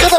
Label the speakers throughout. Speaker 1: Cada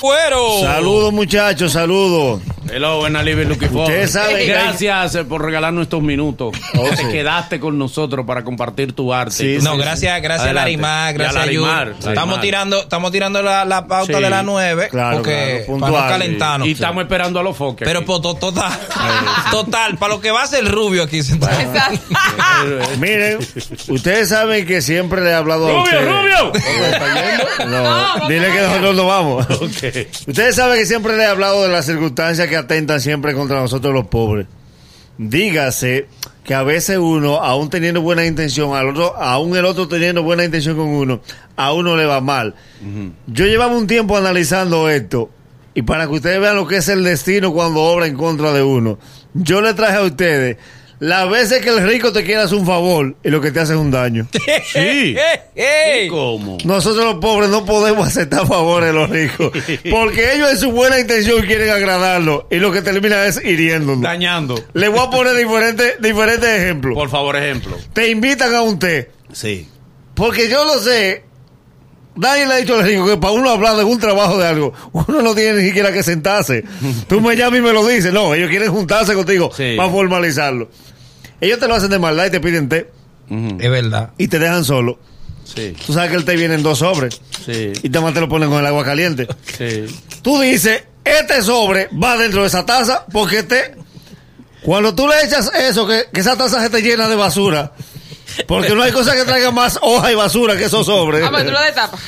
Speaker 2: ¡Cuero!
Speaker 3: Saludos, muchachos, saludos.
Speaker 2: Hello, buena Libre Lucky Fox.
Speaker 3: Ustedes saben que hay- Oh,
Speaker 2: Gracias eh, por regalarnos estos minutos. que Te quedaste con nosotros para compartir tu arte.
Speaker 3: Sí,
Speaker 2: Tú-
Speaker 3: sí,
Speaker 4: No, gracias, gracias
Speaker 2: Adelante.
Speaker 4: a Larimar, gracias
Speaker 2: Y a
Speaker 4: a Yu.
Speaker 2: Larimar, Larimar.
Speaker 4: Estamos tirando, estamos tirando la, la pauta
Speaker 2: Sí.
Speaker 4: de la 9
Speaker 3: Claro,
Speaker 4: porque
Speaker 3: claro, puntual.
Speaker 4: para no calentarnos.
Speaker 2: Y estamos esperando a los foques.
Speaker 4: Pero
Speaker 2: aquí.
Speaker 4: po- to- total, total, para lo que va a ser rubio aquí sentado.
Speaker 3: Miren, ustedes saben que siempre le he hablado a
Speaker 2: ¡Rubio,
Speaker 3: ustedes.
Speaker 2: Rubio! Ah,
Speaker 3: No, dile que nosotros no vamos. Ustedes saben que siempre les he hablado de las circunstancias que atentan siempre contra nosotros los pobres. Dígase que a veces uno, aún teniendo buena intención, al otro, aún el otro teniendo buena intención con uno, a uno le va mal. Yo llevaba un tiempo analizando esto y para que ustedes vean lo que es el destino cuando obra en contra de uno, yo le traje a ustedes las veces que el rico te quiere hacer un favor y lo que te hace es un daño.
Speaker 2: Sí.
Speaker 4: ¡Ey! ¡Ey!
Speaker 2: ¿Cómo?
Speaker 3: Nosotros los pobres no podemos aceptar favores de los ricos. Porque ellos en su buena intención quieren agradarlo. Y lo que termina es hiriéndonos.
Speaker 2: Dañando.
Speaker 3: Le voy a poner diferentes diferentes ejemplos.
Speaker 2: Por favor, ejemplo.
Speaker 3: Te invitan a un té.
Speaker 2: Sí.
Speaker 3: Porque yo lo sé. Nadie le ha dicho al rico que para uno hablar de un trabajo de algo, uno no tiene ni siquiera que sentarse. Tú me llamas y me lo dices. No, ellos quieren juntarse contigo
Speaker 2: Sí.
Speaker 3: para formalizarlo. Ellos te lo hacen de maldad y te piden té
Speaker 4: Es verdad.
Speaker 3: y te dejan solo.
Speaker 2: Sí.
Speaker 3: Tú sabes que el té viene en dos sobres
Speaker 2: Sí.
Speaker 3: y además te lo ponen con el agua caliente.
Speaker 2: Sí.
Speaker 3: Tú dices, este sobre va dentro de esa taza porque este... Cuando tú le echas eso, que, que esa taza se te llena de basura. Porque no hay cosa que traiga más hoja y basura que esos sobres.
Speaker 5: Ah, pero tú lo detapas.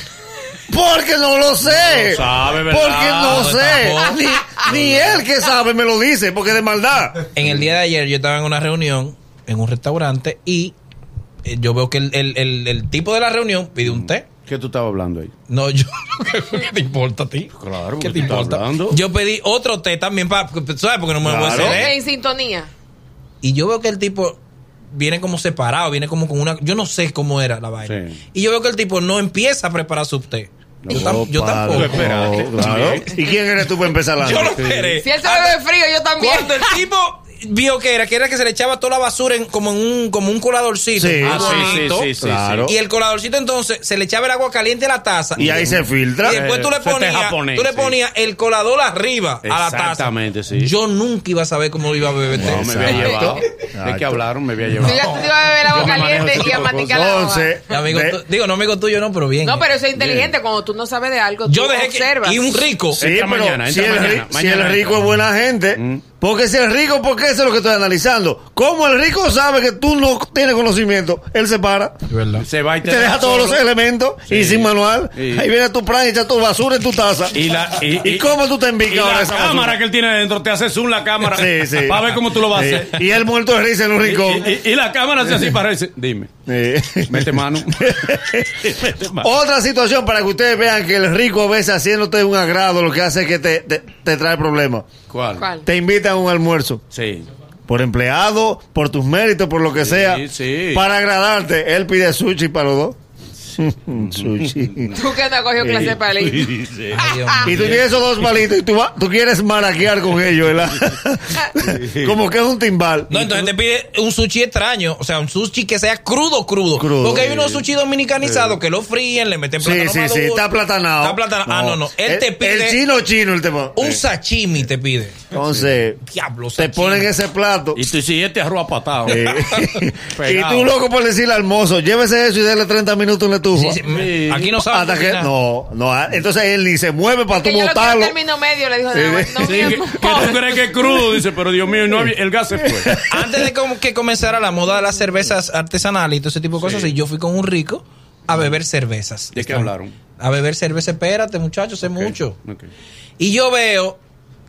Speaker 3: Porque no lo sé.
Speaker 2: No sabe, ¿verdad?
Speaker 3: Porque
Speaker 4: No
Speaker 3: no sé.
Speaker 4: tampoco.
Speaker 3: Ni, ni él que sabe me lo dice, porque de maldad.
Speaker 4: En el día de ayer yo estaba en una reunión en un restaurante y eh, yo veo que el, el- el- el tipo de la reunión pide un té.
Speaker 2: ¿Qué tú estabas hablando ahí?
Speaker 4: No, yo ¿qué te importa a ti?
Speaker 2: Claro,
Speaker 4: ¿Qué
Speaker 2: porque
Speaker 4: te
Speaker 2: tú estás
Speaker 4: importa?
Speaker 2: hablando.
Speaker 4: Yo pedí otro té también para, ¿sabes? Porque no me voy a
Speaker 3: Claro.
Speaker 4: hacer, ¿eh?
Speaker 5: En sintonía.
Speaker 4: Y yo veo que el tipo viene como separado, viene como con una. Yo no sé cómo era la vaina.
Speaker 2: Sí.
Speaker 4: Y yo veo que el tipo no empieza a preparar su té. yo, tam- yo
Speaker 3: padre,
Speaker 4: tampoco.
Speaker 2: espérate.
Speaker 3: no, claro. ¿Y quién eres tú para empezar la
Speaker 4: Yo lo esperé.
Speaker 5: Si él se
Speaker 4: Hasta
Speaker 5: bebe frío, yo también.
Speaker 4: Cuando el tipo vio que era, que era que se le echaba toda la basura en, como en un, como un coladorcito.
Speaker 3: Sí.
Speaker 2: Ah, sí, sí,
Speaker 4: bonito.
Speaker 2: sí, sí.
Speaker 3: Claro.
Speaker 4: Y el coladorcito entonces se le echaba el agua caliente a la taza.
Speaker 3: Y ahí se filtra.
Speaker 4: Y después pues tú le
Speaker 2: Eso es
Speaker 4: ponías,
Speaker 2: japonés,
Speaker 4: tú le
Speaker 2: sí.
Speaker 4: ponías el colador arriba a la taza.
Speaker 2: Exactamente, sí.
Speaker 4: Yo nunca iba a saber cómo lo iba a beber.
Speaker 2: sí. No, me había llevado. ¿De qué
Speaker 3: Exacto.
Speaker 2: hablaron? Me había
Speaker 5: Tú
Speaker 2: llevado.
Speaker 5: ya te ibas a beber
Speaker 2: Yo
Speaker 5: agua
Speaker 2: me manejo
Speaker 5: caliente
Speaker 2: ese
Speaker 5: y a
Speaker 2: tipo de
Speaker 5: maticar la baba.
Speaker 3: Entonces,
Speaker 4: Amigo
Speaker 3: ve-
Speaker 4: tu- digo, no amigo tuyo, no, pero bien.
Speaker 5: No, pero eso es inteligente. Cuando tú no sabes de algo,
Speaker 4: Yo
Speaker 5: tú
Speaker 4: dejé
Speaker 5: observas.
Speaker 4: que. Y un rico.
Speaker 3: Sí,
Speaker 2: Entra
Speaker 3: pero
Speaker 2: mañana,
Speaker 3: si,
Speaker 2: entra
Speaker 3: el, ri-
Speaker 2: mañana,
Speaker 3: si
Speaker 2: mañana Mm.
Speaker 3: el rico
Speaker 2: entra.
Speaker 3: es buena gente, porque si el rico, porque eso es lo que estoy analizando. Como el rico sabe que tú no tienes conocimiento, él se para,
Speaker 2: Se va y
Speaker 3: te deja todos los elementos y
Speaker 2: Sí.
Speaker 3: sin manual.
Speaker 2: Sí.
Speaker 3: Ahí viene tu plan y echa tu basura en tu taza.
Speaker 2: Y la- y- y-
Speaker 3: cómo tú te
Speaker 2: Y
Speaker 3: embicas ahora
Speaker 2: la
Speaker 3: esa
Speaker 2: cámara
Speaker 3: basura?
Speaker 2: que él tiene dentro te hace zoom la cámara.
Speaker 3: Sí, sí.
Speaker 2: Para ver cómo tú lo vas a hacer.
Speaker 3: Sí. Y él muerto de risa en un
Speaker 2: Y,
Speaker 3: rincón.
Speaker 2: y- y la cámara hace así para reírse. Dime,
Speaker 3: Sí.
Speaker 2: mete mano. Mete mano.
Speaker 3: Otra situación para que ustedes vean que el rico a veces haciéndote un agrado lo que hace es que te, te, te trae problemas.
Speaker 2: ¿Cuál?
Speaker 5: ¿Cuál?
Speaker 3: Te invitan a un almuerzo.
Speaker 2: Sí.
Speaker 3: por empleado, por tus méritos, por lo que sea,
Speaker 2: sí.
Speaker 3: para agradarte. Él pide sushi para los dos. sushi.
Speaker 5: Tú que no cogió clase para leer.
Speaker 4: Ay, Dios mío.
Speaker 3: Y tú tienes esos dos palitos y tú, va- tú quieres maraquear con ellos, ¿verdad? Como que es un timbal.
Speaker 4: No, entonces te pide un sushi extraño, o sea, un sushi que sea crudo, crudo.
Speaker 3: Crudo,
Speaker 4: Porque hay
Speaker 3: sí.
Speaker 4: unos sushi dominicanizados que lo fríen, le meten
Speaker 3: Sí,
Speaker 4: plátano
Speaker 3: sí,
Speaker 4: maduro.
Speaker 3: sí, está platanado.
Speaker 4: Está platanado. Ah, no, no. Él
Speaker 3: el,
Speaker 4: te pide
Speaker 3: El chino chino, el tema.
Speaker 4: un sashimi, te pide.
Speaker 3: Entonces,
Speaker 4: Diablo,
Speaker 3: te
Speaker 4: sashimi.
Speaker 3: ponen ese plato.
Speaker 2: Y tú si este arroz apatado.
Speaker 3: eh, y
Speaker 2: Pegado.
Speaker 3: tú loco por decirle al mozo, llévese eso y déle 30 minutos en la
Speaker 4: Sí,
Speaker 3: estufa.
Speaker 4: sí, Aquí no saben.
Speaker 3: Hasta que,
Speaker 4: cocinar.
Speaker 3: no, no, ah, entonces él ni se mueve para tú
Speaker 5: Que yo lo quiero
Speaker 3: botarlo.
Speaker 5: término medio, le dijo.
Speaker 3: Sí,
Speaker 5: No, no,
Speaker 2: Sí,
Speaker 5: mi
Speaker 2: que, que
Speaker 5: amor.
Speaker 2: tú crees que es crudo. Dice, pero Dios mío, no había- el gas se fue.
Speaker 4: Antes de como que comenzara la moda de las cervezas artesanales y todo ese tipo de cosas, y yo fui con un rico a beber cervezas. Este,
Speaker 2: ¿De qué hablaron?
Speaker 4: A beber cerveza. Espérate, muchachos, sé mucho.
Speaker 2: Ok.
Speaker 4: Y yo veo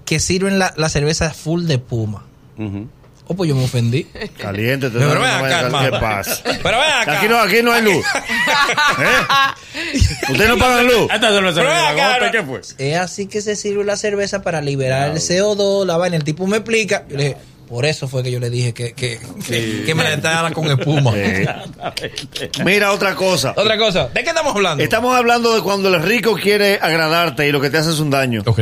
Speaker 4: que sirven la, la cerveza full de puma.
Speaker 2: Ujú.
Speaker 4: Oh, pues yo me ofendí.
Speaker 3: Caliente, te
Speaker 4: Pero ven
Speaker 3: dan una
Speaker 4: acá,
Speaker 3: vaina
Speaker 4: hermano.
Speaker 3: ¿Qué pasa?
Speaker 4: Pero ven acá.
Speaker 3: Aquí no, aquí no hay luz. ¿Eh? ¿Ustedes no pagan luz?
Speaker 2: Esta es la cerveza,
Speaker 4: Pero ven acá,
Speaker 2: ¿cómo te-
Speaker 4: ahora-
Speaker 2: ¿Qué fue?
Speaker 4: Es así que se sirve la cerveza para liberar el CO2, la vaina. El tipo me explica. Yo le dije, por eso fue que yo le dije que, que, que, que me la dejara con espuma.
Speaker 3: Mira otra cosa.
Speaker 4: Otra cosa, ¿de qué estamos hablando?
Speaker 3: Estamos hablando de cuando el rico quiere agradarte y lo que te hace es un daño.
Speaker 4: Ok.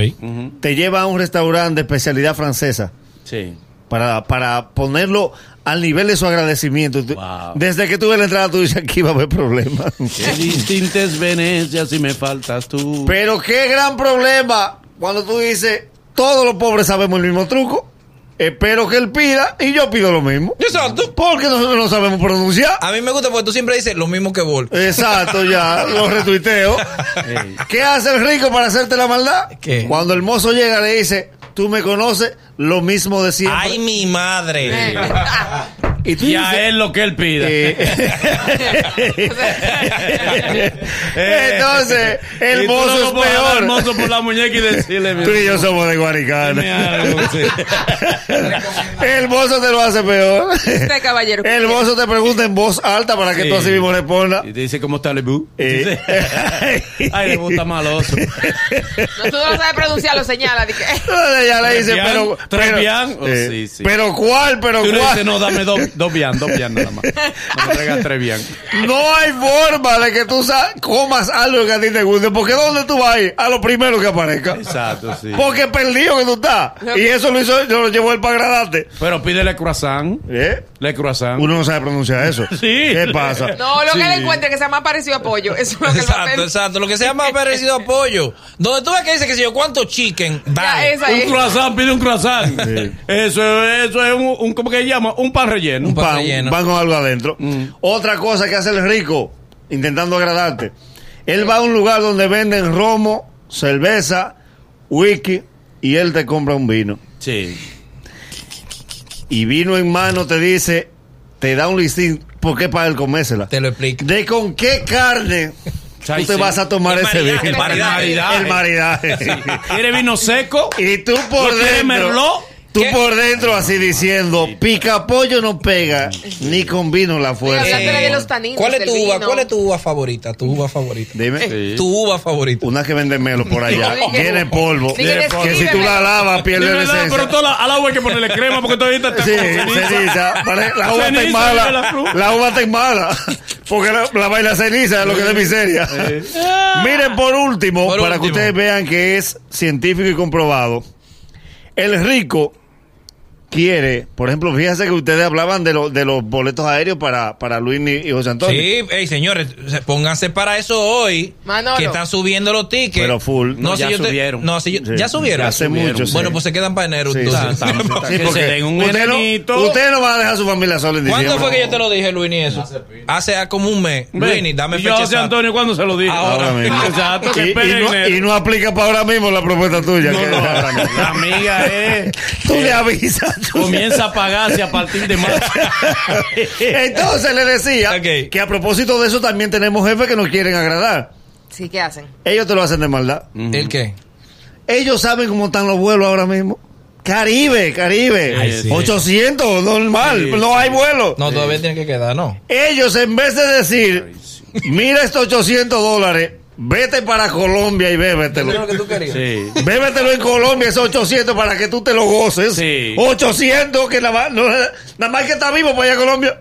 Speaker 3: Te lleva a un restaurante de especialidad francesa
Speaker 2: Sí.
Speaker 3: para, para ponerlo al nivel de su agradecimiento. Tú-
Speaker 2: Wow.
Speaker 3: Desde que tuve la entrada, tú dices aquí va a haber problemas.
Speaker 2: Qué distintas Venecias si me faltas tú.
Speaker 3: Pero qué gran problema cuando tú dices, todos los pobres sabemos el mismo truco. Espero que él pida y yo pido lo mismo.
Speaker 4: Exacto.
Speaker 3: Porque nosotros no sabemos pronunciar.
Speaker 4: A mí me gusta porque tú siempre dices lo mismo que Vol.
Speaker 3: Exacto, ya, lo retuiteo.
Speaker 2: Ey.
Speaker 3: ¿Qué hace el rico para hacerte la maldad?
Speaker 4: ¿Qué?
Speaker 3: Cuando el mozo llega le dice, tú me conoces, lo mismo de siempre.
Speaker 4: Ay, mi madre.
Speaker 3: y tú
Speaker 2: Y
Speaker 3: dices,
Speaker 2: a él lo que él pida.
Speaker 3: eh, Entonces, el
Speaker 2: Y tú
Speaker 3: mozo
Speaker 2: loco
Speaker 3: es
Speaker 2: por agarrar al mozo
Speaker 3: peor.
Speaker 2: por la muñeca y decirle,
Speaker 3: Tú y
Speaker 2: mira,
Speaker 3: yo somos de
Speaker 2: dame
Speaker 3: Guaricana.
Speaker 2: algo, sí.
Speaker 3: El mozo te lo hace peor.
Speaker 5: Este caballero.
Speaker 3: El mozo te pregunta en voz alta para que
Speaker 2: Sí.
Speaker 3: tú así mismo respondas.
Speaker 2: Y te dice, ¿cómo está el bu?
Speaker 3: Eh.
Speaker 2: Ay, le gusta maloso.
Speaker 5: No, tú no sabes pronunciar, lo señala. di que-
Speaker 3: Entonces ella le dice,
Speaker 2: Tres
Speaker 3: pero,
Speaker 2: bien, tres
Speaker 3: pero,
Speaker 2: bien. Oh,
Speaker 3: eh,
Speaker 2: sí, sí.
Speaker 3: pero cuál, pero
Speaker 2: Tú le dices,
Speaker 3: cuál.
Speaker 2: no, dame dos dos bien, dos bien nada más. No me traigas tres bien.
Speaker 3: No hay forma de que tú sa- comas algo que a ti te guste, porque ¿dónde tú vas a ir? A lo primero que aparezca.
Speaker 2: Exacto, sí.
Speaker 3: Porque perdido que tú estás. Y eso lo hizo, yo lo llevó él para agradarte.
Speaker 2: Pero pídele croissant.
Speaker 3: ¿Eh?
Speaker 2: Le croissant.
Speaker 3: Uno no sabe pronunciar eso.
Speaker 2: Sí.
Speaker 3: ¿Qué pasa?
Speaker 5: No, lo
Speaker 2: Sí.
Speaker 5: que le encuentre que sea más parecido a pollo. Eso es lo que él va
Speaker 4: Exacto,
Speaker 5: a hacer.
Speaker 4: exacto. Lo que sea más parecido a pollo. Donde tú ves que dice que si yo cuánto chicken,
Speaker 5: Ya,
Speaker 4: dale.
Speaker 5: esa
Speaker 2: Un
Speaker 5: es.
Speaker 2: croissant, pide un croissant.
Speaker 3: Sí.
Speaker 2: Eso, es- eso es un, un- ¿cómo que se llama? Un pan relleno.
Speaker 4: Un pan.
Speaker 3: Pan,
Speaker 4: relleno. Mm.
Speaker 3: van con algo adentro. Otra cosa que hace el rico, intentando agradarte. Él va a un lugar donde venden romo, cerveza, whisky, y él te compra un vino.
Speaker 2: Sí.
Speaker 3: Y vino en mano te dice, te da un listín, porque para él comérsela.
Speaker 4: Te lo explico.
Speaker 3: de con qué carne
Speaker 2: Ay,
Speaker 3: tú te
Speaker 2: sí.
Speaker 3: vas a tomar
Speaker 4: El
Speaker 3: ese
Speaker 4: maridaje,
Speaker 3: vino.
Speaker 4: el maridaje.
Speaker 3: El maridaje.
Speaker 2: ¿Quiere vino seco?
Speaker 3: Y tú por
Speaker 2: ¿No quiere
Speaker 3: dentro.
Speaker 2: merlot?
Speaker 3: Tú
Speaker 4: ¿Qué?
Speaker 3: por dentro así diciendo, pica pollo no pega, ni con vino la fuerza.
Speaker 5: Hablaste de los taninos,
Speaker 4: ¿Cuál es
Speaker 5: del
Speaker 4: tu uva?
Speaker 5: vino.
Speaker 4: ¿Cuál es tu uva favorita? Tu uva favorita.
Speaker 3: Dime.
Speaker 4: Tu uva favorita.
Speaker 3: Una que vende melo por allá,
Speaker 5: Dije-
Speaker 3: tiene polvo.
Speaker 5: Dije,
Speaker 3: Que si tú la
Speaker 5: descríbemelo.
Speaker 3: lavas, pierde la
Speaker 2: Dime, dame,
Speaker 3: esencia.
Speaker 2: pero toda la- al agua hay que ponerle crema porque todavía está
Speaker 3: Sí,
Speaker 2: como ceniza.
Speaker 3: ceniza. Pare- La uva está en
Speaker 2: Ceniza, dime la
Speaker 3: mala.
Speaker 2: fruta.
Speaker 3: La uva está en mala. Porque la, la baila ceniza, lo que es miseria. Miren, por último,
Speaker 4: Por
Speaker 3: para que
Speaker 4: último.
Speaker 3: ustedes vean que es científico y comprobado, el rico quiere, por ejemplo, fíjense que ustedes hablaban de, lo- de los boletos aéreos para, para Luis y y José Antonio.
Speaker 4: Sí, ey, señores, se- pónganse para eso hoy.
Speaker 5: Manolo.
Speaker 4: Que están subiendo los tickets.
Speaker 3: Pero full.
Speaker 2: No, ya subieron.
Speaker 4: no, si yo-
Speaker 3: Sí.
Speaker 4: ya subieron.
Speaker 3: Hace mucho. sí.
Speaker 4: Bueno, pues se quedan para enero.
Speaker 3: Sí,
Speaker 4: entonces.
Speaker 3: sí, sí. Sí,
Speaker 2: Que
Speaker 3: porque
Speaker 2: se den un
Speaker 3: usted, no,
Speaker 2: venenito.
Speaker 3: usted no va a dejar a su familia sola en diciembre.
Speaker 4: ¿Cuándo fue que yo te lo dije, Luini, eso? Hace ah, como un mes.
Speaker 2: Ve,
Speaker 4: Luini, dame
Speaker 2: y yo
Speaker 4: fecha.
Speaker 2: a José
Speaker 4: exacta.
Speaker 2: Antonio cuando se lo dije.
Speaker 4: Ahora
Speaker 3: mismo.
Speaker 2: Exacto,
Speaker 3: Y,
Speaker 2: que
Speaker 3: y
Speaker 2: espere
Speaker 3: no, y
Speaker 2: enero.
Speaker 3: no aplica para ahora mismo la propuesta tuya. que-
Speaker 2: No, no, ahora no. La amiga es.
Speaker 3: Tú le avisas. tú le-
Speaker 2: Comienza a pagarse a partir de marzo.
Speaker 3: Entonces le decía
Speaker 4: Ok.
Speaker 3: que a propósito de eso también tenemos jefes que nos quieren agradar.
Speaker 5: Sí, ¿qué hacen?
Speaker 3: Ellos te lo hacen de maldad.
Speaker 2: Mm.
Speaker 4: ¿El qué?
Speaker 3: Ellos saben cómo están los vuelos ahora mismo. Caribe, Caribe.
Speaker 4: Ay, sí.
Speaker 3: 800, normal. no hay vuelo.
Speaker 4: No, todavía tiene que quedar, ¿no?
Speaker 3: Ellos en vez de decir, mira estos 800 dólares, vete para Colombia y
Speaker 4: ¿Eso es
Speaker 3: bébetelo.
Speaker 4: lo que tú querías?
Speaker 2: Sí.
Speaker 3: Bébetelo en Colombia, esos 800 para que tú te lo goces.
Speaker 2: Sí.
Speaker 3: 800 que nada más, no, nada más que está vivo para allá a Colombia.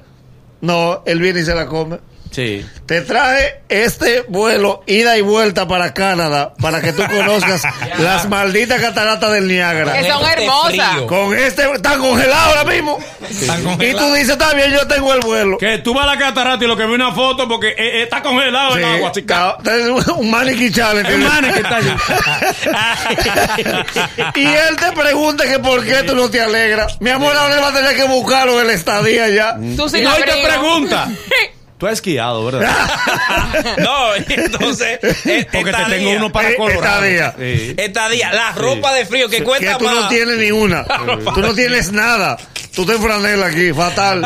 Speaker 3: No, él viene y se la come.
Speaker 2: Sí.
Speaker 3: Te traje este vuelo ida y vuelta para Canadá para que tú conozcas las malditas cataratas del
Speaker 5: Que
Speaker 3: Niágara.
Speaker 5: son
Speaker 4: Este
Speaker 5: hermosas.
Speaker 4: frío.
Speaker 3: Con este, está congelado ahora mismo.
Speaker 4: Están
Speaker 3: Y tú
Speaker 4: congelados.
Speaker 3: dices, está bien, yo tengo el vuelo.
Speaker 2: Que tú vas a la catarata y lo que ve una foto porque eh, eh, está congelado
Speaker 3: Sí,
Speaker 2: el agua. Así que.
Speaker 3: está- está un maniquí challenge.
Speaker 2: Hermana, que está allí.
Speaker 3: y él te pregunta que por qué tú no te alegras. Mi amor, ahora él va a tener que buscarlo en el estadía ya.
Speaker 5: Tú sin
Speaker 2: Y hoy te
Speaker 5: abrigo.
Speaker 2: pregunta. Tú has esquiado, ¿verdad?
Speaker 4: No, y entonces. eh,
Speaker 2: Porque te
Speaker 4: estadía,
Speaker 2: tengo uno para
Speaker 3: Eh,
Speaker 2: Colorado.
Speaker 3: estadía.
Speaker 2: Sí.
Speaker 4: Estadía, la ropa de frío que
Speaker 3: Que
Speaker 4: cuesta
Speaker 3: tú
Speaker 4: más.
Speaker 3: no tienes ni una. Tú no tienes nada. Tú te franela aquí, fatal.